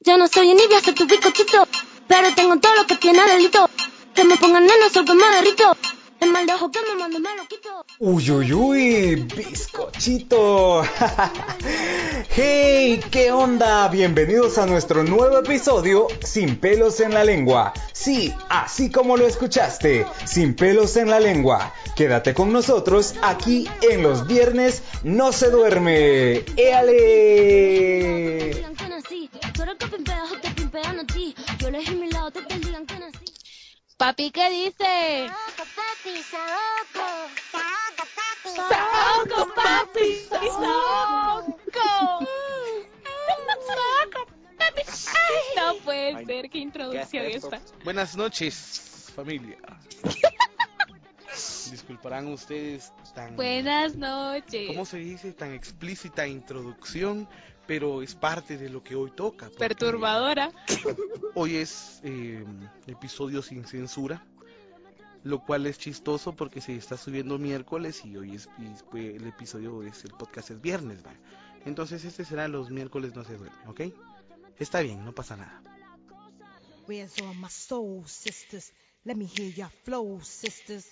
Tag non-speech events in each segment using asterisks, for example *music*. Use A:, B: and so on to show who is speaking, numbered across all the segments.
A: Yo no soy envidia, soy tu bizcochito. Pero tengo todo lo que tiene delito. Que me pongan neno, soy que me derrito. El mal de ojo que me mando me lo quito.
B: Uy, uy, uy, bizcochito. *laughs* hey, ¿qué onda? Bienvenidos a nuestro nuevo episodio Sin pelos en la lengua. Sí, así como lo escuchaste, Sin pelos en la lengua. Quédate con nosotros aquí en los viernes No se duerme. ¡Éale!
A: Digan que nací. Tú eres el que pimpeas o te pimpean a ti. Yo elegí mi lado, te digan que nací.
C: Papi, ¿qué dice? ¡Saoco, papi! ¡Saoco! ¡Saoco, papi! No puede ser, qué introducción esta.
D: Buenas noches, familia. Disculparán ustedes tan.
C: Buenas noches.
D: ¿Cómo se dice? Tan explícita introducción, pero es parte de lo que hoy toca. porque
C: Perturbadora.
D: Hoy es eh, episodio sin censura, lo cual es chistoso porque se está subiendo miércoles y hoy es y, pues, el episodio, es el podcast es viernes, ¿va? Entonces este será los miércoles no se duerme, ¿ok? Está bien, no pasa nada.
E: Where's all Oh, my soul sisters? Let me hear your flow, sisters.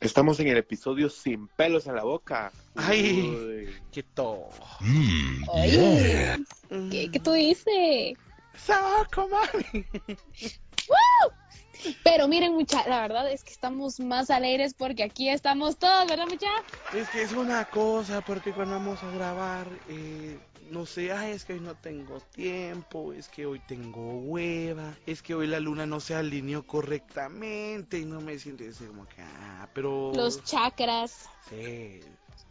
F: Estamos en el episodio sin pelos en la boca.
D: Ay.
F: Uy.
D: Quieto.
C: Oye, ¿qué, qué tú dices?
D: ¡Sabaco, mami!
C: Pero miren, mucha, la verdad es que estamos más alegres porque aquí estamos todos, ¿verdad, mucha?
D: Es que es una cosa, porque cuando vamos a grabar, eh, no sé, ay, es que hoy no tengo tiempo, es que hoy tengo hueva, es que hoy la luna no se alineó correctamente y no me siento así como que, ah, pero...
C: Los chakras.
D: Sí.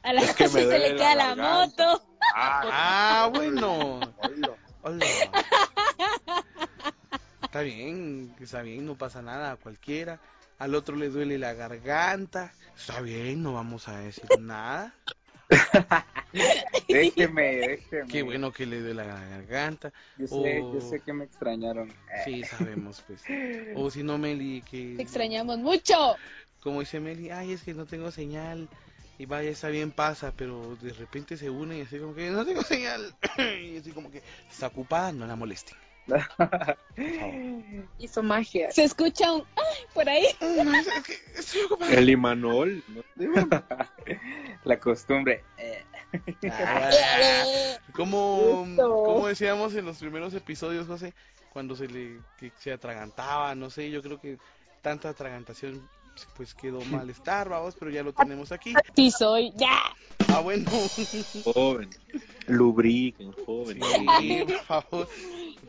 C: A la
F: Es que me
C: gente se
F: duele
C: le
F: la
C: queda la,
F: garganta.
C: moto.
F: *laughs*
D: Ah, bueno.
F: Oilo.
D: Hola. Está bien, está bien, no pasa nada a cualquiera. Al otro le duele la garganta. Está bien, no vamos a decir nada.
G: Déjeme, déjeme.
D: Qué bueno que le duele la garganta.
G: Yo sé,
D: Oh.
G: yo sé que me extrañaron.
D: Sí, sabemos, pues. O si no, Meli, que...
C: Te extrañamos mucho.
D: Como dice Meli, ay, es que no tengo señal. Y vaya, está bien, pasa, pero de repente se une y así como que, no tengo señal. *laughs* y así como que, está ocupada, no la molesten.
H: hizo magia.
C: Se escucha un... ¡Ay! Por
F: *laughs*
C: ahí.
F: El Imanol. ¿no?
G: La costumbre. Eh,
C: Ah.
D: Como,
H: Eso.
D: como decíamos en los primeros episodios, José, cuando se le que se atragantaba, no sé, yo creo que tanta atragantación pues quedó malestar, vamos, pero ya lo tenemos aquí.
C: Sí soy. ¡Ya!
D: Ah, bueno.
F: Joven. Lubriquen, joven.
D: Sí, por favor,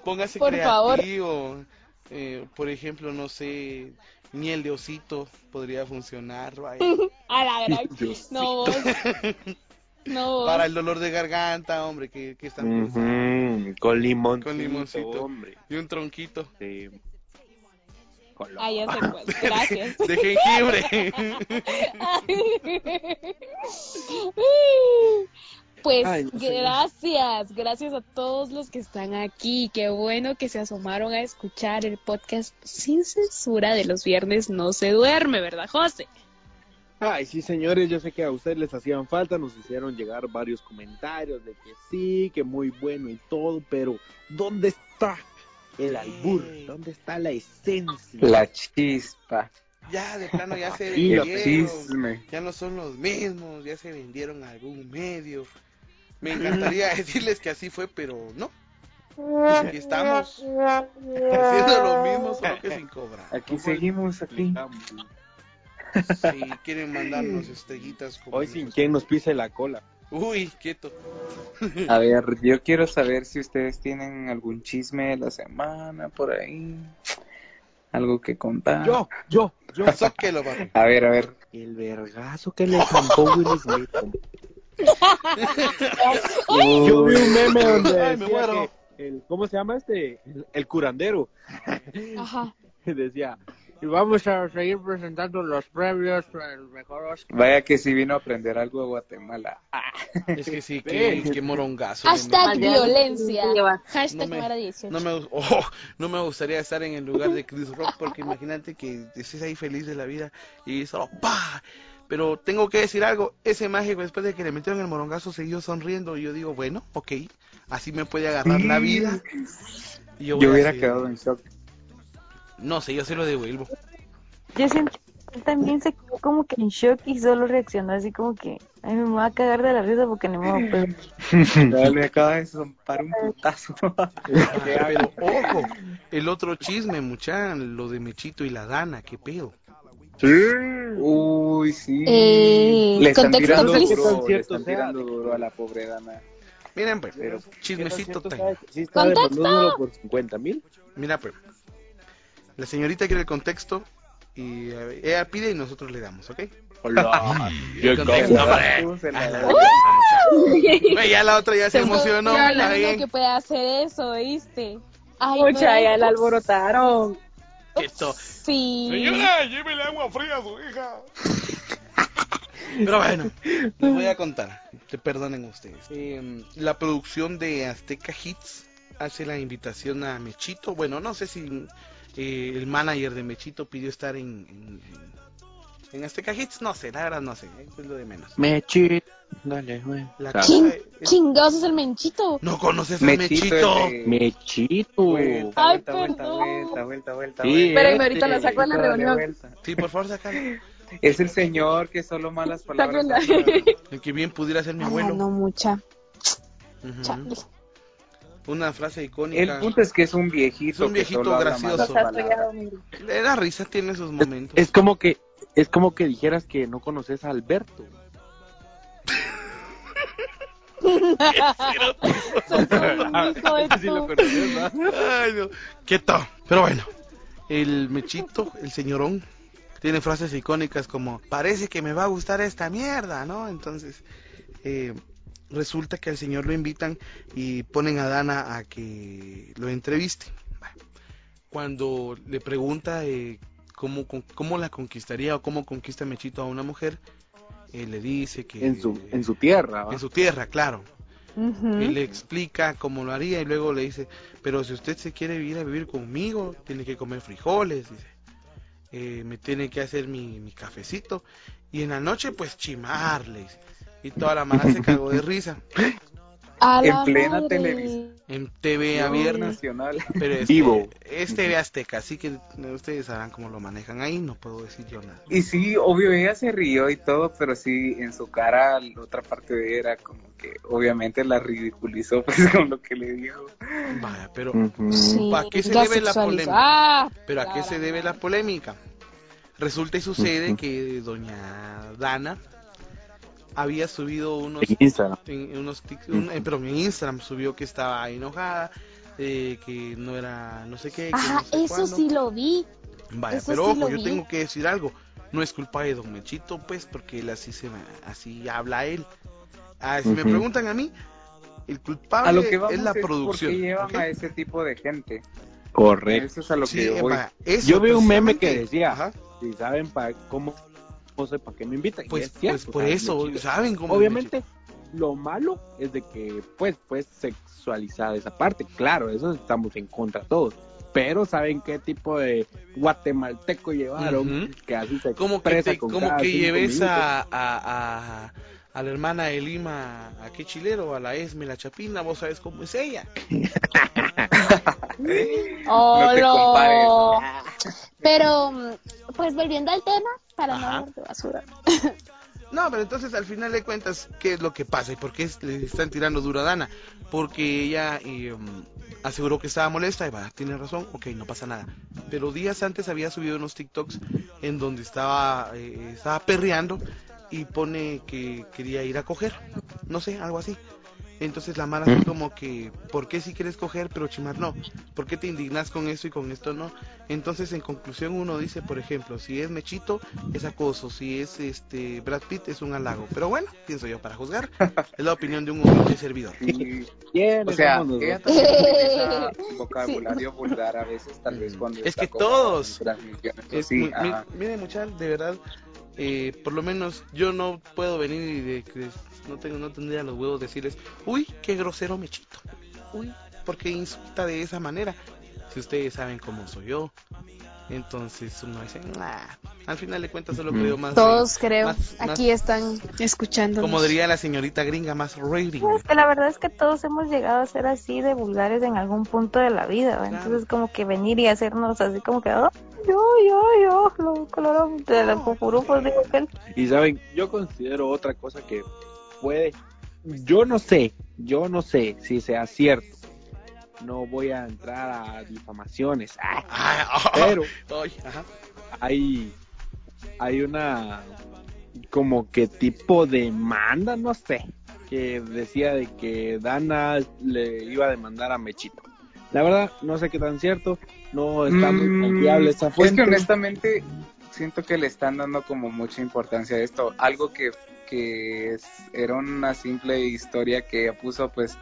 D: póngase
C: Por favor.
D: creativo. Eh, por ejemplo, no sé, miel de osito podría funcionar vaya.
C: A la gran...
F: Dios.
C: No vos.
F: *laughs*
C: No vos.
D: para el dolor de garganta, hombre, que, que están pensando.
F: Ujú, Con limoncito.
D: Con limoncito.
F: Hombre.
D: Y un tronquito
F: Sí. Con lo-
C: Ah, ya
F: *laughs*
C: sé cuál. Gracias.
D: de jengibre. *laughs*
C: *laughs* Pues
F: Ay, no sé.
C: gracias, gracias a todos los que están aquí. Qué bueno que se asomaron a escuchar el podcast sin censura de los viernes No se duerme, ¿verdad, José?
F: Ay, sí, señores, yo sé que a ustedes les hacían falta, nos hicieron llegar varios comentarios de que sí, que muy bueno y todo, pero ¿dónde está el albur? ¿Dónde está la esencia?
G: la chispa.
D: Ya, de plano ya se
G: Y el
D: vendieron.
G: chisme.
D: Ya no son los mismos, ya se vendieron a algún medio.
C: *laughs*
D: Me encantaría decirles que así fue, pero no. Aquí estamos haciendo lo mismo, solo que sin cobrar.
G: Aquí seguimos, aquí.
D: Si quieren mandarnos estrellitas como
F: Hoy sin quien nos pise la cola.
D: Uy, quieto.
G: A ver, yo quiero saber si ustedes tienen algún chisme de la semana por ahí. Algo que contar.
F: Yo, yo, yo.
D: Sáquelo, papi.
G: A ver, a ver.
F: El vergazo que le zampó Will
D: *laughs*
F: Smith. Yo vi un meme donde
D: Ay, me
F: decía
D: muero.
F: que el, ¿cómo se llama este? El, el curandero. *laughs*
C: Ajá.
F: Decía, "Y vamos a seguir presentando los premios para el mejor Oscar.
G: Vaya que si vino a aprender algo de Guatemala. Ah,
D: Es que sí, qué, qué morongazo.
C: Hashtag
H: no.
C: violencia.
H: Sí, lleva.
C: Hashtag
D: No me-
C: número 18.
D: No me, gus- *laughs* oh, no me gustaría estar en el lugar de Chris Rock porque imagínate que estés ahí feliz de la vida y solo pa Pero tengo que decir algo, ese mágico después de que le metieron el morongazo siguió sonriendo y yo digo, bueno, ok, así me puede agarrar la vida. Y
G: Yo,
D: voy a
G: hubiera
D: seguir.
G: quedado en
D: *laughs*
G: shock.
D: No sé, yo se lo devuelvo.
H: Yo siento que él también se quedó como que en shock y solo reaccionó así como que, ay, me voy a cagar de la risa porque pues". no me voy a poder".
G: Ya Le acaba de zampar un putazo. *laughs*
D: Pero ojo, el otro chisme, muchan, lo de Mechito y la Dana, qué pedo.
G: Uy, sí.
C: Eh,
G: le están
C: contexto,
G: tirando
C: please.
G: duro,
F: ¿Qué
G: le
F: tan cierto
G: están
F: sea?
G: tirando duro a la pobre dama.
D: Miren, pues,
G: Pero,
D: chismecito time.
F: Sí está
C: ¡Contexto!
F: demandándolo por 50 mil.
D: Mira, pues, la señorita quiere el contexto y eh, ella pide y nosotros le damos, ¿ok?
F: *laughs*
D: Ah, El contexto.
G: Se la-
D: Ve, ya la otra ya
C: Pues,
D: se emocionó.
C: Ya
D: está
C: la niña
D: bien.
C: que puede hacer eso, ¿viste? Ay,
I: Mucha,
C: no. pues,
I: ya la alborotaron.
D: Que to-
C: Sí.
D: llévele agua fría a su hija. Pero bueno, les voy a contar. Te perdonen ustedes. Eh, la producción de Azteca Hits hace la invitación a Mechito. Bueno, no sé si eh, el manager de Mechito pidió estar en, en, en- en Azteca Hits. No sé, la verdad no sé. eh, Es lo de menos.
F: Mechit. Dale, güey.
D: La
C: ¿Quién,
D: cosa es-
C: chingados es el menchito?
D: No conoces a
G: Mechito.
D: Mechito.
G: el de-
F: Mechito.
G: Vuelta,
C: Ay,
G: vuelta, vuelta,
C: perdón.
G: vuelta, vuelta, vuelta,
F: Sí,
G: vuelta.
D: Este,
I: Espérenme, ahorita la saco de la
G: Dale
I: reunión.
G: vuelta.
D: Sí, por favor, sácalo.
G: Es el señor que solo malas palabras.
I: Sáquenla.
G: habla.
D: *laughs* El que bien pudiera ser mi
C: Ah,
D: abuelo.
C: no, mucha.
D: Ujú.
C: Chale.
D: Una frase icónica.
G: El punto es que es un viejito.
D: Es un viejito
G: que solo habla
D: gracioso.
G: malas
I: Los has
G: palabras.
I: pegado, mira.
D: Le da risa, tiene sus
F: Es-
D: momentos.
F: Es como que es como que dijeras que no conoces a Alberto.
C: Sos un hijo de
F: Sí lo
C: tu-
F: conoces, ¿verdad?
D: Ay, no. Quieto. Pero bueno, el mechito, el señorón, tiene frases icónicas como, parece que me va a gustar esta mierda, ¿no? Entonces, eh, resulta que al señor lo invitan y ponen a Dana a que lo entreviste. Bueno, Cuando le pregunta eh, cómo, con- cómo la conquistaría o cómo conquista Mechito a una mujer, eh, le dice que...
F: En su en su tierra. ¿va?
D: en su tierra, claro.
C: Ujú.
D: y le explica cómo lo haría y luego le dice, pero si usted se quiere ir a vivir conmigo, tiene que comer frijoles, dice, "Eh, me tiene que hacer mi, mi cafecito y en la noche pues chimarles. Y toda la mala se cagó de risa
C: A
G: en
C: la
G: plena
C: madre.
G: televisión.
D: en TV abierta.
G: nacional.
D: Pero es,
F: Vivo.
D: es TV Azteca, así que ustedes sabrán cómo lo manejan ahí, no puedo decir yo nada.
G: Y sí, obvio, ella se rió y todo, pero sí, en su cara, la otra parte de ella era como que obviamente la ridiculizó *laughs* pues con lo que le dijo.
D: Vaya, pero
C: Sí,
D: ¿A qué se
C: Mm. ya
D: debe la
C: sexualizó.
D: polémica?
C: Ah,
D: Pero ¿a qué se debe la polémica? Resulta y sucede que doña Dana había subido unos
F: En Instagram.
D: en unos tics- un- eh, pero en Instagram subió que estaba enojada, eh, que no era no sé qué. que
A: Ajá,
D: no sé
A: eso
D: cuándo.
A: sí lo vi.
D: Vaya,
A: eso
D: pero
A: sí
D: ojo,
A: lo
D: yo
A: vi.
D: tengo que decir algo. No es culpa de Don Mechito, pues, porque él así se así habla él. Ah, si me
F: Ujú.
D: preguntan a mí, el culpable
G: A lo que vamos
D: Ah, es la producción.
G: porque llevan
D: ¿ok?
G: a ese tipo de gente.
F: Correcto.
G: Eso es a lo
D: Sí,
G: que yo voy.
D: vaya, eso
F: Yo vi un meme que
D: precisamente.
F: decía,
D: Ajá.
F: si este, saben pa cómo no sé para qué me invitan. Y
D: Pues,
F: es cierto,
D: pues por
F: o sea,
D: eso,
F: Mechito-
D: saben cómo es
F: ah, Obviamente lo malo es de que pues pues sexualizada esa parte, claro, eso estamos en contra todos. Pero saben qué tipo de guatemalteco llevaron
D: Ujú.
F: que así se
D: Mechito. Como que,
F: expresa
D: te-
F: con
D: como
F: cada
D: que
F: cinco
D: lleves
F: minutos.
D: a, a, a- a la hermana de Lima, a qué chilero, a la Esme, la Chapina, vos sabes cómo es ella.
G: No te
C: Olo.
G: compares.
A: Pero, mm, pues volviendo al tema, para no
D: Ajá.
A: hablar de basura.
D: No, pero entonces al final de cuentas, ¿qué es lo que pasa? ¿Y por qué es- le están tirando dura a Dana? Porque ella eh, mm, aseguró que estaba molesta, y va, tiene razón, ok, no pasa nada. Pero días antes había subido unos TikToks en donde estaba, eh, estaba perreando y pone que quería ir a coger, no sé, algo así. Entonces la mala fue como que, ¿por qué si quieres coger pero chimar no? ¿Por qué te indignas con esto y con esto no? Entonces en conclusión uno dice, por ejemplo, si es mechito es acoso, si es este Brad Pitt es un halago. Pero bueno, pienso yo para juzgar, es la opinión de un humilde servidor.
G: Sí.
D: *laughs*
F: ¿Quiénes
G: O sea,
F: somos
G: ella
F: nosotros?
G: también utiliza vocabulario vulgar a veces, tal vez cuando
D: Es
G: está
D: que
G: como
D: todos.
G: en transmisiones,
D: Es
G: Pues sí,
D: muy- mi-
G: ajá.
D: miren muchachos, de verdad, eh, por lo menos yo no puedo venir y de, que no tengo, no tendría los huevos de decirles, uy, qué grosero mechito, uy, porque insulta de esa manera. Si ustedes saben cómo soy yo, entonces uno dice, "Ah, Al final de cuentas solo creo más...
C: Todos
D: eh,
C: creo,
D: más- más-
C: aquí están escuchando.
D: Como diría la señorita gringa, más rating. *laughs*
H: Pues que la verdad es que todos hemos llegado a ser así de vulgares en algún punto de la vida, ¿va? entonces como que venir y hacernos así como que, "Ah, yo, yo, yo, lo coloro de los pupurupos", digo aquel.
F: Y saben, yo considero otra cosa que puede, yo no sé, yo no sé si sea cierto. No voy a entrar a difamaciones, ah,
D: Ah, ah,
F: pero
D: ay, ajá.
F: hay, hay una como que tipo demanda, no sé, que decía de que Dana le iba a demandar a Mechito. La verdad, no sé qué tan cierto, no está
G: Mm,
F: muy confiable esa
G: Es que
F: fuente.
G: honestamente siento que le están dando como mucha importancia a esto. Algo que, que es- era una simple historia que ella puso, pues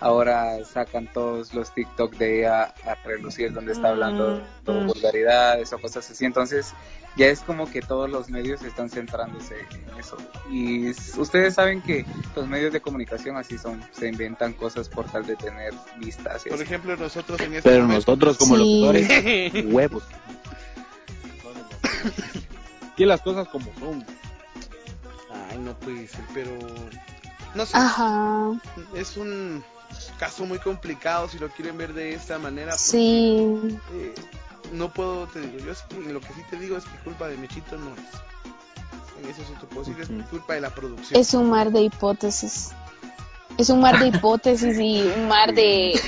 G: ahora sacan todos los TikTok de ella a relucir donde está hablando de todo vulgaridades o cosas así. Entonces ya es como que todos los medios están centrándose en eso. Y s- ustedes saben que los medios de comunicación así son, se inventan cosas por tal de tener vistas. y
D: Por
G: así.
D: ejemplo, nosotros en este
F: Pero
D: momento-
F: nosotros como
C: Sí.
F: locutores,
C: *laughs*
F: huevos. Que las cosas como son.
D: Ay, no puede ser, pero... No sé,
C: Ajá,
D: es un caso muy complicado si lo quieren ver de esta manera.
C: sí.
D: Eh, no puedo, te digo, yo sí que- lo que sí te digo es que culpa de Mechito no es. En eso sí te puedo decir, es culpa de la producción.
C: Es un mar de hipótesis. Es un mar de hipótesis y un mar de,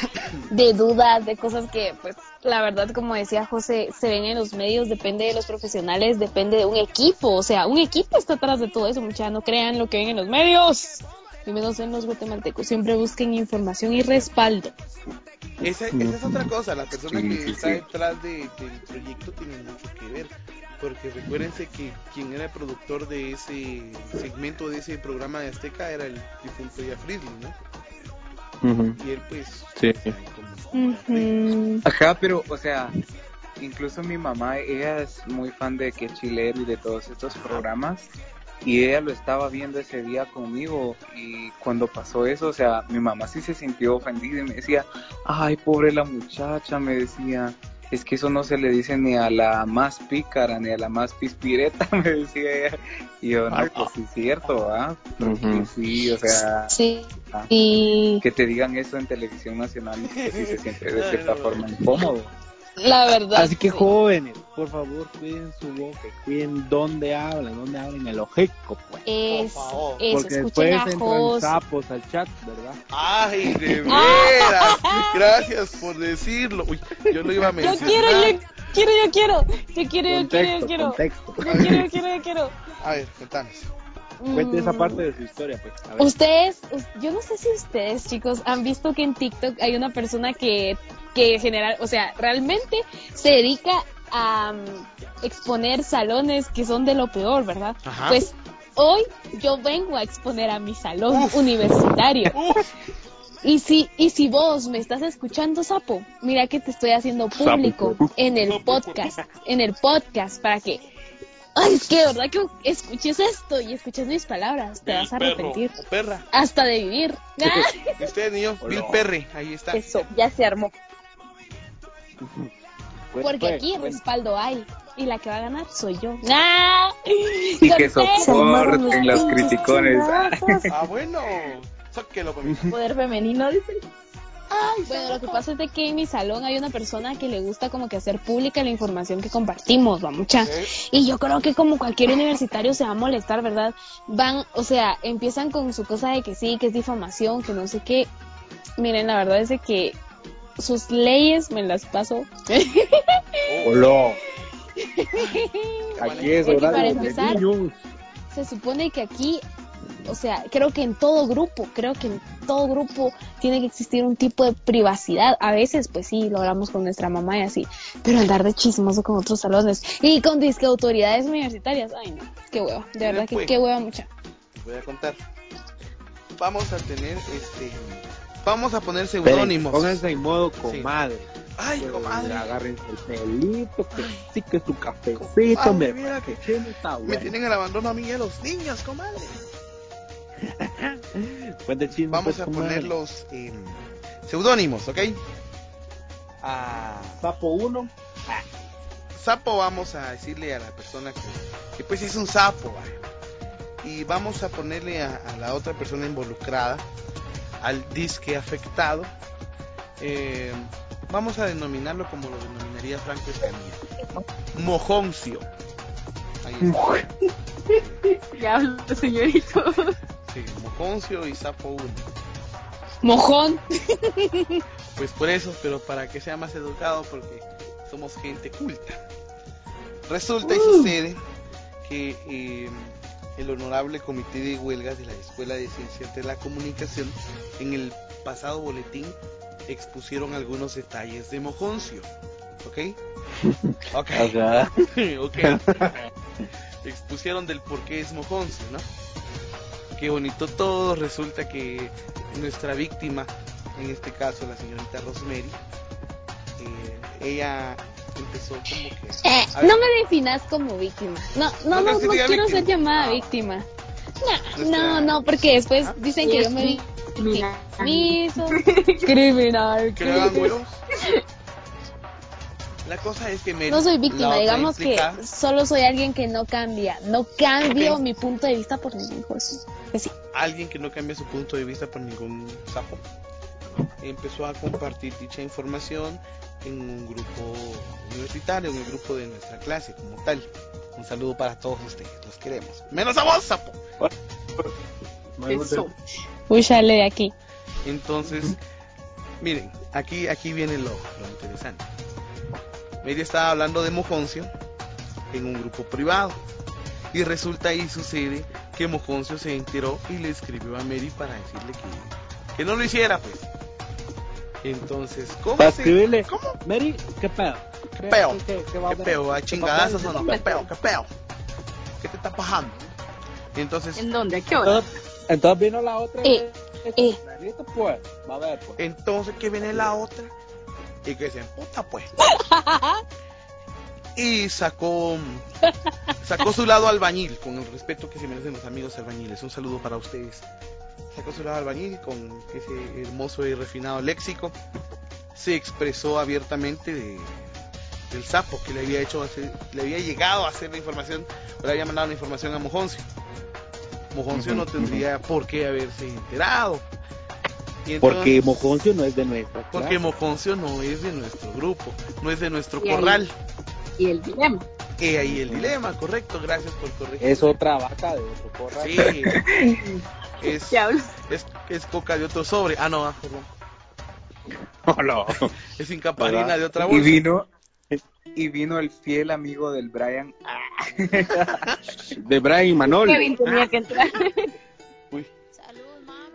C: de dudas, de cosas que, pues, la verdad, como decía José, se ven en los medios, depende de los profesionales, depende de un equipo. O sea, un equipo está atrás de todo eso, muchachos. No crean lo que ven en los medios. Y menos en los guatemaltecos. Siempre busquen información y respaldo.
D: Esa, esa es otra cosa, la persona
G: Sí,
D: que
G: sí,
D: está
G: sí.
D: detrás de- del proyecto tiene mucho que ver. Porque recuérdense que quien era el productor de ese segmento, de ese programa de Azteca, era el difunto ya Frisley, ¿no? Y él, pues.
F: Sí.
D: o sea, como-
G: Ajá, pero, o sea, incluso mi mamá, ella es muy fan de Que Chilero y de todos estos programas. Y ella lo estaba viendo ese día conmigo. Y cuando pasó eso, o sea, mi mamá sí se sintió ofendida y me decía, ay, pobre la muchacha, me decía. Es que eso no se le dice ni a la más pícara, ni a la más pispireta, *laughs* me decía ella. Y yo, no, pues sí es cierto, ¿ah? Porque
F: Ujú.
G: Sí, o sea,
C: Sí.
G: ah,
C: Y
G: que te digan eso en televisión nacional, pues sí se siente de
D: Ay,
G: cierta
D: no.
G: forma incómodo.
C: la verdad.
F: Así que
C: sí.
F: jóvenes, por favor, cuiden su boca, cuiden dónde hablan, dónde hablan el ojeco, pues.
C: Es,
D: Por favor.
C: eso,
F: Porque
C: escuchen
F: después
C: a
F: entran
C: José.
F: sapos al chat, ¿verdad?
D: ¡Ay, de veras! Gracias por decirlo. Uy, yo lo iba a
C: Yo
D: mencionar.
C: quiero, yo quiero, yo quiero. Yo quiero, yo quiero, yo
F: "Ah". contexto,
C: quiero.
F: contexto.
C: Yo quiero, yo quiero, yo quiero.
D: A ver, contanos.
F: Cuente esa
C: Mm.
F: parte de su historia, pues. A ver.
C: Ustedes, us- yo no sé si ustedes, chicos, han visto que en TikTok hay una persona que, que general, o sea, realmente se dedica a mm, exponer salones que son de lo peor, ¿verdad?
D: Ajá.
C: Pues hoy yo vengo a exponer a mi salón universitario. Y si, y si vos me estás escuchando, Sapo, mira que te estoy haciendo público en el podcast, en el podcast, para que... Ay, es que de verdad que escuches esto y escuches mis palabras, te
D: Bill
C: vas a
D: Perro,
C: arrepentir.
D: Perra.
C: Hasta de vivir. Ah,
D: Usted, niño,
F: Hola.
D: Bill Perre. Ahí está.
I: Eso, ya se armó.
F: Cuente, pues.
C: Porque aquí
F: cuente.
C: respaldo hay. Y la que va a ganar soy yo. Ah, *laughs*
G: Y que
C: Cortés,
H: Se armaron
G: soporten
H: los
G: los
H: pinches
G: criticones.
H: chingazos.
D: Ah, bueno. Sáquelo conmigo.
I: Poder femenino, dice.
C: Bueno, lo que pasa es de que en mi salón hay una persona que le gusta como que hacer pública la información que compartimos, va mucha. Y yo creo que como cualquier universitario se va a molestar, ¿verdad? Van, o sea, empiezan con su cosa de que sí, que es difamación, que no sé qué. Miren, la verdad es de que sus leyes me las paso.
F: Hola. Aquí es
C: Porque para
F: horario de
C: empezar-
F: niños.
C: se supone que aquí, o sea, creo que en todo grupo, creo que en todo grupo tiene que existir un tipo de privacidad. A veces, pues sí, lo hablamos con nuestra mamá y así, pero andar de chismoso con otros salones y con disque autoridades universitarias, ay no, qué hueva, de verdad que
D: Después.
C: qué hueva mucha.
D: Les voy a contar. Vamos a tener este. Vamos a poner seudónimos.
F: Pónganse en modo comadre.
D: Ay,
F: Pero
D: comadre.
F: Agárrense el pelito, que sí que su cafecito,
D: Comadre,
F: me
D: mira que
F: tiene esta
D: Me
F: buena.
D: tienen el abandono a mí y a los niños, comadre.
F: Cuente chisme,
D: Vamos
F: pues,
D: a
F: comadre.
D: poner los eh, seudónimos, ¿ok? Ah,
F: Sapo 1,
D: sapo vamos a decirle a la persona que, que pues es un sapo. ¿vale? Y vamos a ponerle a, a la otra persona involucrada, al disque afectado, eh, vamos a denominarlo como lo denominaría Franco Escamilla. Mojoncio. Ahí
I: *laughs*
D: está.
I: Diablo, señorito.
D: Sí, Mojoncio y Sapo 1.
C: Mojón.
D: Pues por eso, pero para que sea más educado, porque somos gente culta. Resulta y sucede que eh, el honorable comité de huelgas de la Escuela de Ciencias de la Comunicación en el pasado boletín expusieron algunos detalles de Mojoncio. ¿Ok? Ok. *laughs* ok. Expusieron del por qué es Mojoncio, ¿no? Qué bonito todo. Resulta que nuestra víctima, en este caso la señorita Rosemary, eh, ella empezó como que.
C: Eh,
D: A ver.
C: no me definas como víctima. No, no,
D: No te
C: no, no
D: sentía
C: quiero ser
D: víctima. Ah. Este,
C: llamada
D: No.
C: víctima.
D: No
C: No, no,
D: está-
C: no, porque después
D: Ah.
C: dicen que yo me vi
I: *laughs*
C: victimizo. Criminal.
D: que le
C: *laughs*
D: hagan huevos. La cosa es que Mary,
C: No soy
D: la
C: víctima,
D: otra
C: digamos que
D: implicada,
C: solo soy alguien que no cambia. No cambio
D: Ok.
C: mi punto de vista por ningún juez. Pues sí.
D: alguien que no cambia su punto de vista por ningún sapo empezó a compartir dicha información en un grupo universitario, en el grupo de nuestra clase como tal. Un saludo para todos ustedes, los queremos. Menos a vos, sapo.
I: Eso.
C: Uy, sale de aquí.
D: Entonces, miren, aquí, aquí viene lo, lo interesante. Mary estaba hablando de Mojoncio en un grupo privado. Y resulta y sucede que Mojoncio se enteró y le escribió a Mary para decirle que, que no lo hiciera, pues. Entonces, ¿cómo
F: Para
D: se-
F: escribirle.
D: ¿Cómo?
F: Mary, ¿qué pedo?
D: ¿Qué peo?
F: ¿Qué, qué, qué va a
D: ¿Qué
F: haber?
D: peo? ¿A
F: ¿Qué
D: chingadazos o
F: va a
D: no? ¿Qué
F: haber?
D: peo? ¿Qué peo? ¿Qué te está pajando? Entonces,
I: ¿En dónde? ¿A qué hora?
F: Entonces, entonces vino la otra. y-
C: Eh, eh.
F: Listo, pues. Va a ver, pues.
D: Entonces que viene la otra y que se puta pues. Y sacó sacó su lado albañil, con el respeto que se merecen los amigos albañiles. Un saludo para ustedes. Sacó su lado albañil con ese hermoso y refinado léxico. Se expresó abiertamente de, del sapo que le había hecho hacer- le había llegado a hacer la información, o le había mandado la información a Mojoncio. Mojoncio no tendría por qué haberse enterado. Y
F: Porque
D: entonces-
F: Mojoncio no es de nuestra.
D: porque Moconcio no es de nuestro grupo, no es de nuestro
I: Y ahí-
D: corral.
I: Y el dilema.
D: Que ahí el dilema, correcto, gracias por corregir.
F: es otra vaca de otro corral.
I: *laughs*
D: Sí. es,
I: Diablo.
D: es, es coca de otro sobre. Ah, no, ah, perdón. Es incaparina
F: ¿Verdad?
D: de otra
G: Y
D: bolsa.
G: vino, y vino el fiel amigo del Brian.
F: De Brian Manol.
I: Kevin tenía que
D: Ah.
I: entrar.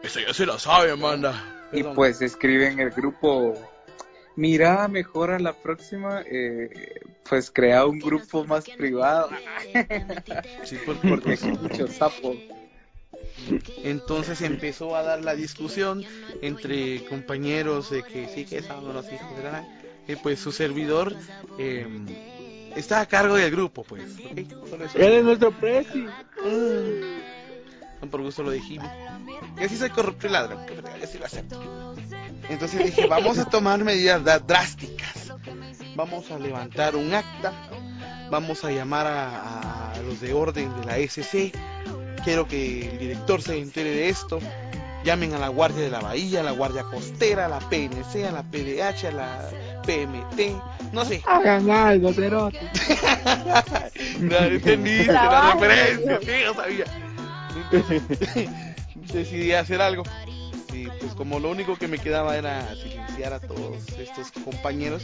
D: Eso ya se lo sabe, Amanda.
G: Y
D: Perdón.
G: pues escribe en el grupo. Mira, mejor a la próxima, eh, pues crea un grupo más privado.
D: Sí, por- por-
G: *laughs* Porque hay mucho sapo.
D: Entonces empezó a dar la discusión entre compañeros de que sí, que estaban los hijos de la gran- y pues su servidor eh, está a cargo del grupo, pues. ¿ok? Solo eso.
F: Él es nuestro presi.
D: Mm. No por gusto lo dijimos. Y así soy corrupto y ladrón. que verga, yo sí lo acepto. Entonces dije, vamos a tomar medidas da- drásticas. Vamos a levantar un acta. Vamos a llamar a, a los de orden de la SC. Quiero que el director se entere de esto. Llamen a la Guardia de la Bahía, a la Guardia Costera, a la PNC, a la PDH, a la PMT. No sé.
F: Hagan algo, cerote.
D: No, entendí la
I: Trabajo,
D: referencia, sí, yo sabía. Entonces, *laughs* Decidí hacer algo. Y pues como lo único que me quedaba era silenciar a todos estos compañeros,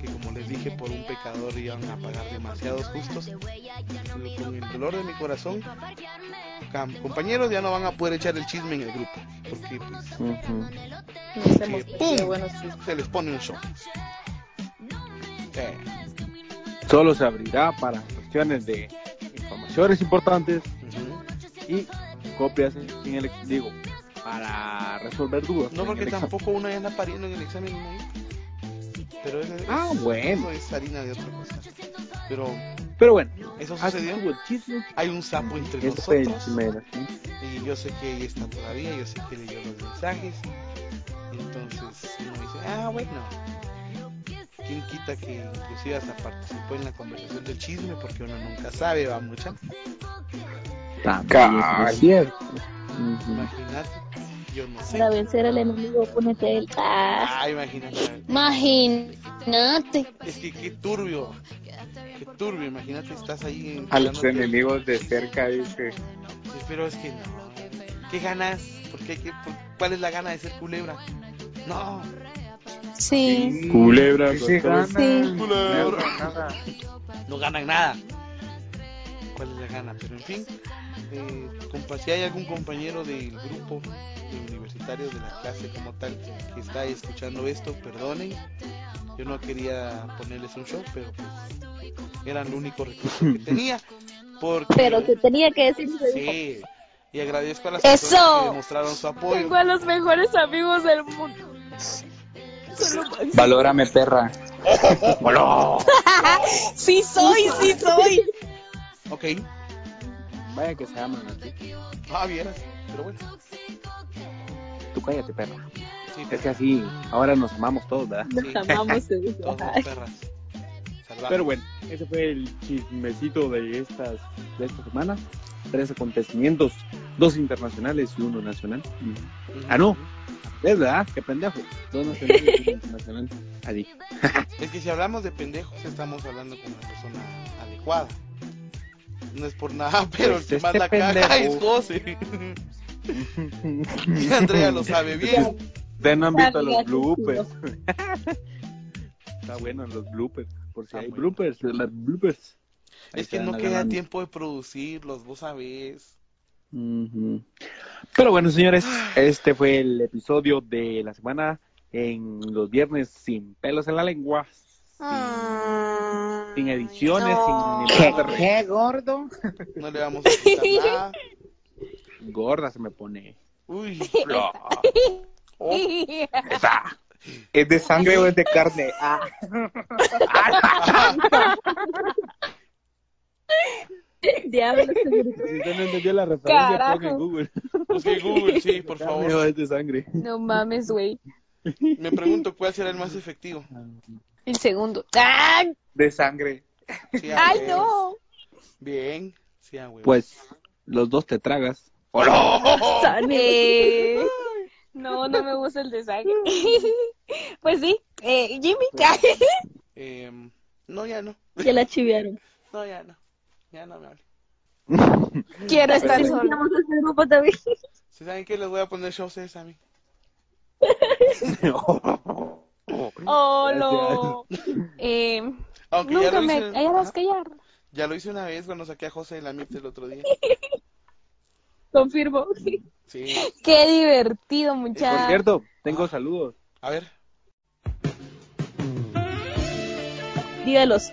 D: que como les dije, por un pecador iban a pagar demasiados justos. Y Con el dolor de mi corazón, cam- compañeros ya no van a poder echar el chisme en el grupo, porque pues,
I: Nos
D: hemos
I: hemos
D: metido
I: metido buenos chistes.
D: se les pone un show. Eh,
F: Solo se abrirá para cuestiones de informaciones importantes
D: ujú.
F: y copias en el ex- digo para resolver dudas.
D: No
F: en
D: porque
F: el examen.
D: tampoco una ya anda pariendo en el examen. ¿no? Pero es,
F: Ah,
D: eso
F: bueno.
D: es harina de otra cosa. Pero
F: Pero bueno,
D: eso
F: así
D: sucedió.
F: estuvo el chisme.
D: Hay un sapo entre
F: Eso Este fue el
D: nosotros.
F: chisme, ¿sí?
D: Y yo sé que ella está todavía, yo sé que leyó los mensajes. Entonces uno dice, ah, bueno. quién quita que inclusive hasta participó en la conversación del chisme, porque uno nunca sabe, va mucha.
F: También
G: Cal.
F: es cierto. Ujú.
D: Imagínate, yo no sé.
J: Para vencer al enemigo, ponete él. Ah,
D: Ah, imagínate.
C: Imagínate.
D: Es que qué turbio. Qué turbio, imagínate, estás ahí en
G: A los enemigos de cerca, dice.
D: Pero es que no. ¿Qué ganas? ¿Por qué, qué- por- ¿Cuál es la gana de ser culebra? No.
C: Sí.
F: Culebra,
G: ¿Qué se
F: doctor.
G: gana?
C: Sí.
G: Culebra. Nada.
D: no ganan nada. ¿Cuál es la gana? Pero en fin, eh, compa- si hay algún compañero del grupo de universitarios de la clase como tal que está escuchando esto, perdonen. Yo no quería ponerles un show, pero pues era el único recurso que tenía. Porque,
J: Pero te tenía que decir.
D: sí, y agradezco a las
C: Eso.
D: personas que demostraron su apoyo.
H: Tengo a los mejores amigos del mundo.
G: Valórame, perra.
C: Sí soy, sí soy.
D: Ok,
F: Vaya que se aman. así.
D: ah, vieras, pero bueno.
F: Tú cállate, perra.
D: Sí,
F: Es que así, ahora nos amamos todos, ¿verdad?
D: sí,
I: Nos amamos, se *laughs* dice.
D: todos
I: Ay.
D: somos perras. Salvajes.
F: Pero bueno, ese fue el chismecito de estas de esta semana. Tres acontecimientos, dos internacionales y uno nacional.
D: Ujú.
F: Ah, no. Es verdad, qué pendejo. Dos nacionales y uno internacional. Así.
D: Es que si hablamos de pendejos, estamos hablando con la persona adecuada. No es por nada, *laughs* pero
F: Pues
D: el que más
F: este
D: la caga
F: pendejo.
D: es José. *laughs* Y Andrea lo sabe
F: Este
D: bien.
F: Ustedes no han visto
I: Sabía
F: los
I: que
F: bloopers. *laughs* Está bueno los bloopers. Por si
D: Está
F: hay
D: bueno.
F: bloopers, los Ah, bloopers. Ahí
D: Es que
F: se
D: no
F: van
D: queda
F: agarrando.
D: tiempo de producirlos, vos sabés.
F: Ujú. Pero bueno, señores, este fue el episodio de la semana en los viernes sin pelos en la lengua. Sin, sin ediciones, sin
G: ¿Qué,
F: ninguna re-
G: qué gordo?
D: No le vamos a
I: *laughs*
D: quitar nada.
F: gorda se me pone.
D: Uy,
F: Esa.
G: ¿Es de sangre o es de carne? Ah,
I: Diablo,
F: Si usted no entendió la referencia,
C: Carajo.
F: ponga en *laughs* Google.
D: busqué Google, sí, por favor.
F: Es de sangre.
C: No mames, güey.
D: Me pregunto cuál será el más efectivo.
C: El segundo. ¡Ah!
G: de sangre.
D: Sí, a
C: ¡Ay,
D: huevo.
C: no!
D: Bien, sí, a huevo.
F: Pues los dos te tragas.
C: Eh, No, no me gusta el de sangre. *laughs* Pues sí, eh, Jimmy,
J: Pues,
C: *laughs*
D: Em, no, ya no.
J: Ya la chivearon.
D: *laughs* No, ya no. Ya no me hable.
C: quiero estar solo.
J: Vamos a hacer grupo también.
D: Si saben que les voy a poner show ustedes a mí.
C: Oh, lo. Eh,
D: Aunque ya
C: nunca
D: lo
C: me
D: hice-
C: hallarás
D: Ajá.
C: callar.
D: Ya lo hice una vez cuando saqué a José de la MIT el otro día.
C: Confirmo. *laughs*
D: Sí.
C: Qué divertido,
F: Por
C: muchachos.
F: cierto, tengo saludos.
D: A ver.
J: Dígalos.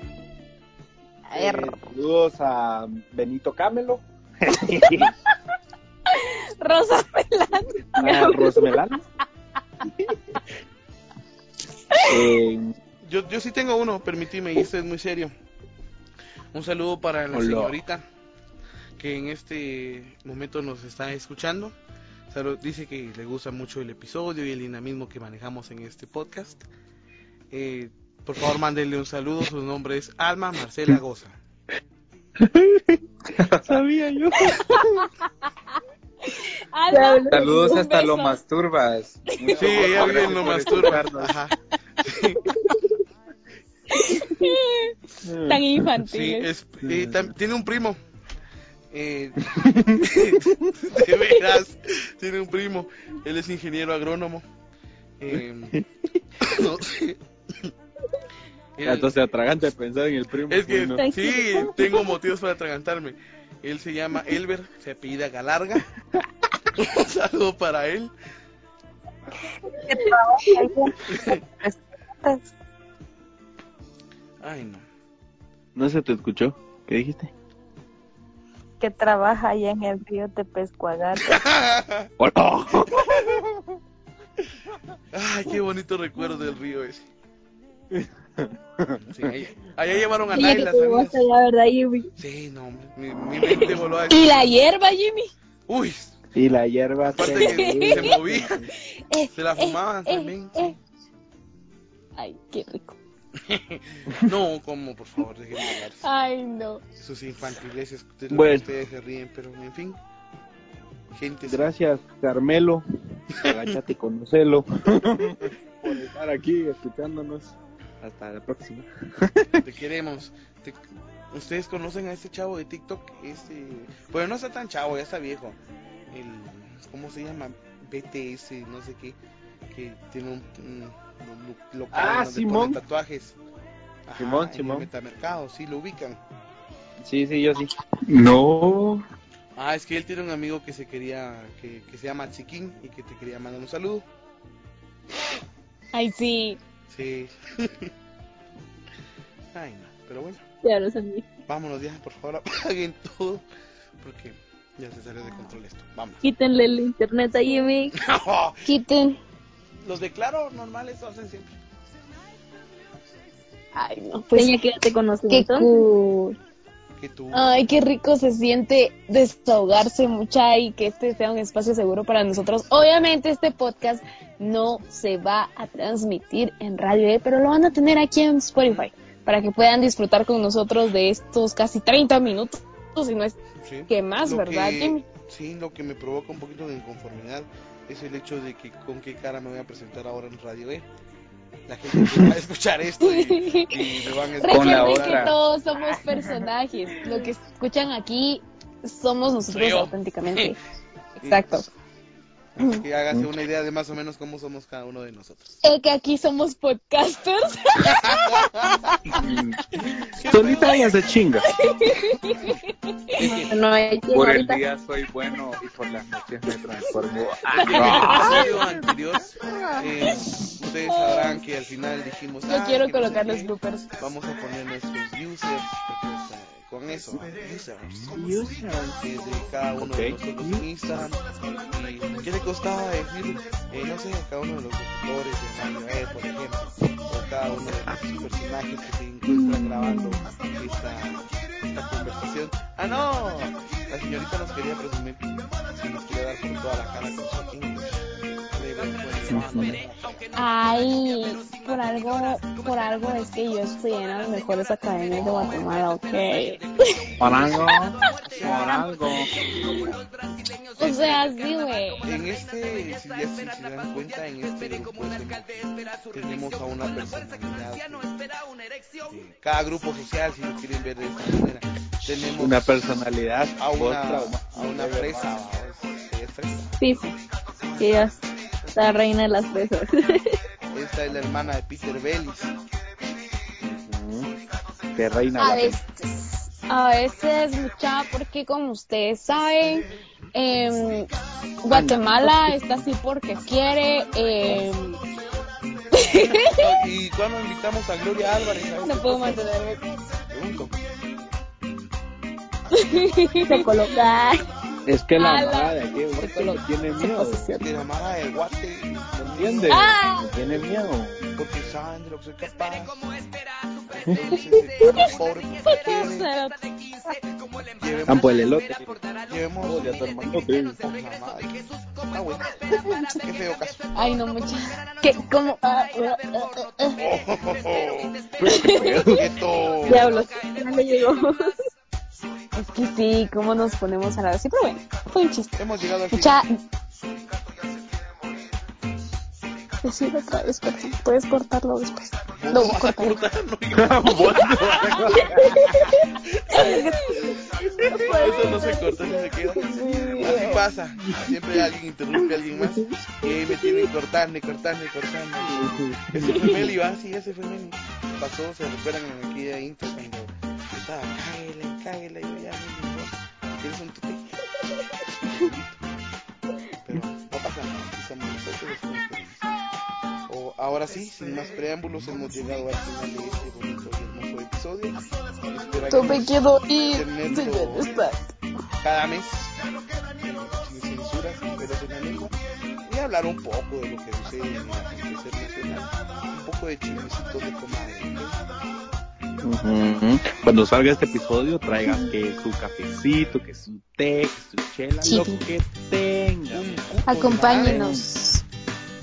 F: Eh, saludos a Benito Camelo,
C: Rosa
F: a Rosmelán. eh,
D: Yo, yo sí tengo uno, permíteme, y esto es muy serio. Un saludo para la
F: Hola.
D: señorita que en este momento nos está escuchando. Salu- dice que le gusta mucho el episodio y el dinamismo que manejamos en este podcast. Eh, por favor, mándenle un saludo. Su nombre es Alma Marcela Goza.
F: Sabía yo.
C: Alma.
G: Saludos
C: Un
G: hasta
C: beso.
G: lo masturbas. Mucho
D: Sí, ella
G: amor,
D: bien
G: gracias
D: lo
G: por
D: masturba.
G: escucharnos.
D: Ajá.
C: Tan
D: Sí,
C: infantil.
D: es, eh, tam- tiene un primo.
F: *laughs*
D: Eh, *laughs* de veras, tiene un primo. Él es ingeniero agrónomo. Eh, *laughs* no sé. Él-
F: Entonces atragante pensar en el primo.
D: es que
F: Bueno,
D: sí, tengo motivos para atragantarme. Él se llama Elber, se apellida Galarga. Un saludo para él. Ay, no.
F: no se te escuchó. ¿Qué dijiste?
H: Que trabaja
D: *laughs*
H: allá en el río de Pescuagate.
F: *laughs* Hola.
D: Ay, qué bonito recuerdo del río
F: *laughs*
D: ese. Sí, allá, allá llevaron a
J: Ella que
D: Naila,
J: te llevó
D: ¿sabías?
J: hasta allá, ¿verdad, Jimmy?
D: Sí, no, hombre, mi, mi mente voló a
C: Y la hierba, Jimmy.
D: Uy,
F: Y la hierba
D: aparte que se movía,
C: Eh,
D: se la
C: eh,
D: fumaban
C: eh,
D: también.
C: eh. Ay, qué rico.
D: no, como por favor, déjenme hablar.
C: Ay, no.
D: Sus infantiles,
F: Bueno.
D: ustedes se ríen, pero en fin. Gente,
F: Gracias, Carmelo. Agáchate y *laughs* conocelo. por estar aquí escuchándonos. Hasta la próxima.
D: te queremos. Te- Ustedes conocen a este chavo de TikTok, este, bueno, no está tan chavo, ya está viejo. El, ¿cómo se llama? BTS, no sé qué, que tiene un, un lo- local
F: Ah,
D: donde
F: Simón.
D: ponen tatuajes. Ajá,
F: Simón,
D: en el
F: Simón.
D: metamercado, sí lo ubican.
F: Sí, sí, yo sí.
G: No.
D: Ah, es que él tiene un amigo que se quería, que, que se llama Chiquín y que te quería mandar un saludo.
C: Ay, sí.
D: Sí. *laughs* Ay, no, pero bueno.
J: Diablos a mí.
D: Vámonos ya, por favor, *laughs* apaguen todo. Porque ya se salió de control esto. Vamos. *laughs*
J: Quítenle el internet a Jimmy.
C: Quiten.
D: Los declaro normales, lo hacen siempre.
C: Ay, no.
J: Pues,
C: Pues,
J: Tenía que te conozco
C: qué cool.
D: Que tú.
C: Ay, qué rico se siente desahogarse mucha y que este sea un espacio seguro para nosotros. Obviamente este podcast no se va a transmitir en radio, ¿eh? pero lo van a tener aquí en Spotify para que puedan disfrutar con nosotros de estos casi 30 minutos, si no es *laughs*
D: sí.
C: que más,
D: Lo
C: ¿verdad,
D: que-
C: Jimmy?
D: Sí, lo que me provoca un poquito de inconformidad es el hecho de que con qué cara me voy a presentar ahora en Radio E. La gente que va
C: *laughs*
D: a escuchar esto y, y me van a escuchar.
G: Con la
C: Recuerden
G: otra.
C: que todos somos personajes. Lo que escuchan aquí somos nosotros
D: Soy yo. *laughs*
C: auténticamente. Exacto.
D: Así que hágase una idea de más o menos cómo somos cada uno
C: *laughs*
D: de nosotros.
C: El que aquí somos podcasters.
F: Solita y hace chinga.
J: No,
D: Este,
J: no hay que
G: Por el
J: ahorita.
G: día soy bueno y por las noches me transformo.
F: *laughs*
G: Ah,
D: En el episodio
C: Ah.
D: anterior, eh, ustedes sabrán que al final dijimos.
C: Yo
D: "Ah,
C: quiero
D: que no sé
C: colocar los
D: qué".
C: bloopers.
D: Vamos a poner nuestros users porque, o sea, con eso, users. Desde cada uno de
F: Ok.
D: nosotros en Instagram. Y, ¿Qué le costaba decir, eh, no sé, a cada uno de los locutores de Radio E, por ejemplo, o cada uno de los personajes que se encuentran grabando esta, esta conversación? ¡Ah, no! La señorita nos quería presumir que nos quiere dar por toda la cara con su English. Le veo bueno, no, no, no.
C: Ay, por algo, por algo es que yo estudié en las mejores academias de Guatemala, ok.
F: Por algo.
G: *laughs*
F: Por algo.
C: O sea, sí, güey.
D: En este, si ya si se dan cuenta, en este grupo hacemos- tenemos a una personalidad. de cada grupo social, si lo quieren ver de esta manera, tenemos
F: Una personalidad.
D: a una,
F: post-trauma.
D: a una fresa. ¿va? Ella es fresa.
J: Sí, sí. Que ella es la reina de las fresas.
D: Esta es la hermana de Peter Bellis.
F: Ujú. De reina.
C: A
F: guapa.
C: veces, a veces, mucha, porque como ustedes saben, em, Guatemala está así porque quiere. em,
D: ¿Y cuando invitamos a Gloria Álvarez? a este
C: no puedo
D: podcast?
C: mantenerme.
D: Pregunto.
J: Se coloca.
F: Es que la
C: A la-
F: mamá de aquí güey,
C: Se colo-
F: tiene
C: se
F: miedo.
C: *laughs* posiciona.
D: De la mara de Guate,
F: ¿Entiendes?
C: Ah.
F: Tiene miedo.
D: porque saben de lo que soy capaz.
C: *laughs*
D: Los pobres porque quieren. Llevemos-
F: Campo del elote.
D: Llevemos
F: Odia a tu hermano, tío.
D: Oh, mamá. Ah, bueno. *laughs* Qué feo caso.
C: Ay, no, mucha. Que como. ah, ah, ah, ah. eh, *laughs*
D: Quieto.
J: Diablos. No le llegó.
C: Es que sí, cómo nos ponemos a hablar así, pero bueno, fue un chiste.
D: Hemos llegado al
C: Mucha.
D: final.
C: Decirlo Pues otra vez, pero puedes cortarlo después.
J: *laughs*
C: No, cortarlo.
D: Eso no se corta, eso se queda. Así pasa. Siempre alguien interrumpe a alguien más. Y ahí me tienen cortando, cortando, cortando. Ese fue Meli, va, sí, ese fue Meli. Pasó, se recuerdan en aquella intro cuando estaba cáguela, cáguela, y yo ya me dijo, ¿quieres un tute? Pero no pasa nada, aquí somos nosotros los o ahora sí, sin más preámbulos, hemos llegado al final de este bonito y hermoso episodio. Espero
C: Yo
D: que
C: me
D: nos-
C: quiero ir,
D: Tenerlo-
C: señor Stark.
D: cada mes sin censura, sin pelos en la lengua voy a hablar un poco de lo que sucede en el acontecer nacional un poco de chismecitos de comadre
F: Ujú. Cuando salga este episodio, traigan que su cafecito, que su té, que su chela,
C: Sí.
F: lo que tengan.
D: Un cuco de
C: Acompáñenos.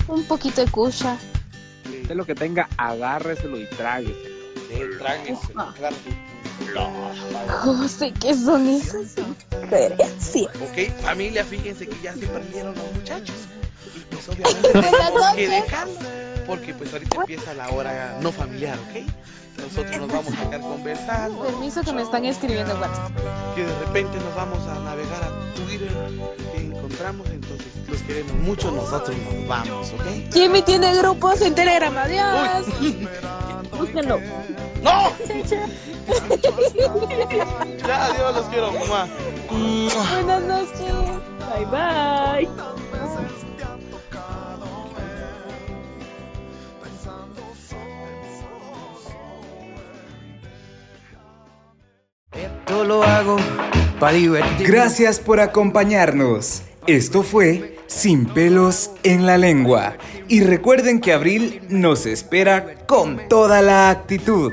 C: Un poquito de cucha.
D: madre,
F: Usted lo que tenga, agárreselo y trágueselo.
D: Trágueselo, claro.
C: José, ¿qué son esas incoherencias?
D: Ok, familia, fíjense que ya se perdieron los muchachos. Y pues obviamente
C: Buenas
D: tenemos que
C: noches.
D: dejarlo. Porque pues ahorita empieza la hora no familiar, ¿ok? Nosotros nos vamos a quedar conversando.
C: Permiso que me están escribiendo en WhatsApp.
D: Que de repente nos vamos a navegar a Twitter. Que encontramos, entonces los queremos mucho. Nosotros nos vamos, ¿ok?
C: Jimmy tiene grupos en Telegram, adiós.
J: Búsquenlo.
D: ¡No! Ya, adiós, los quiero, mamá.
C: Buenas noches.
J: Bye bye.
K: Yo lo hago para divertirme.
B: Gracias por acompañarnos. Esto fue Sin pelos en la lengua. Y recuerden que abril nos espera con toda la actitud.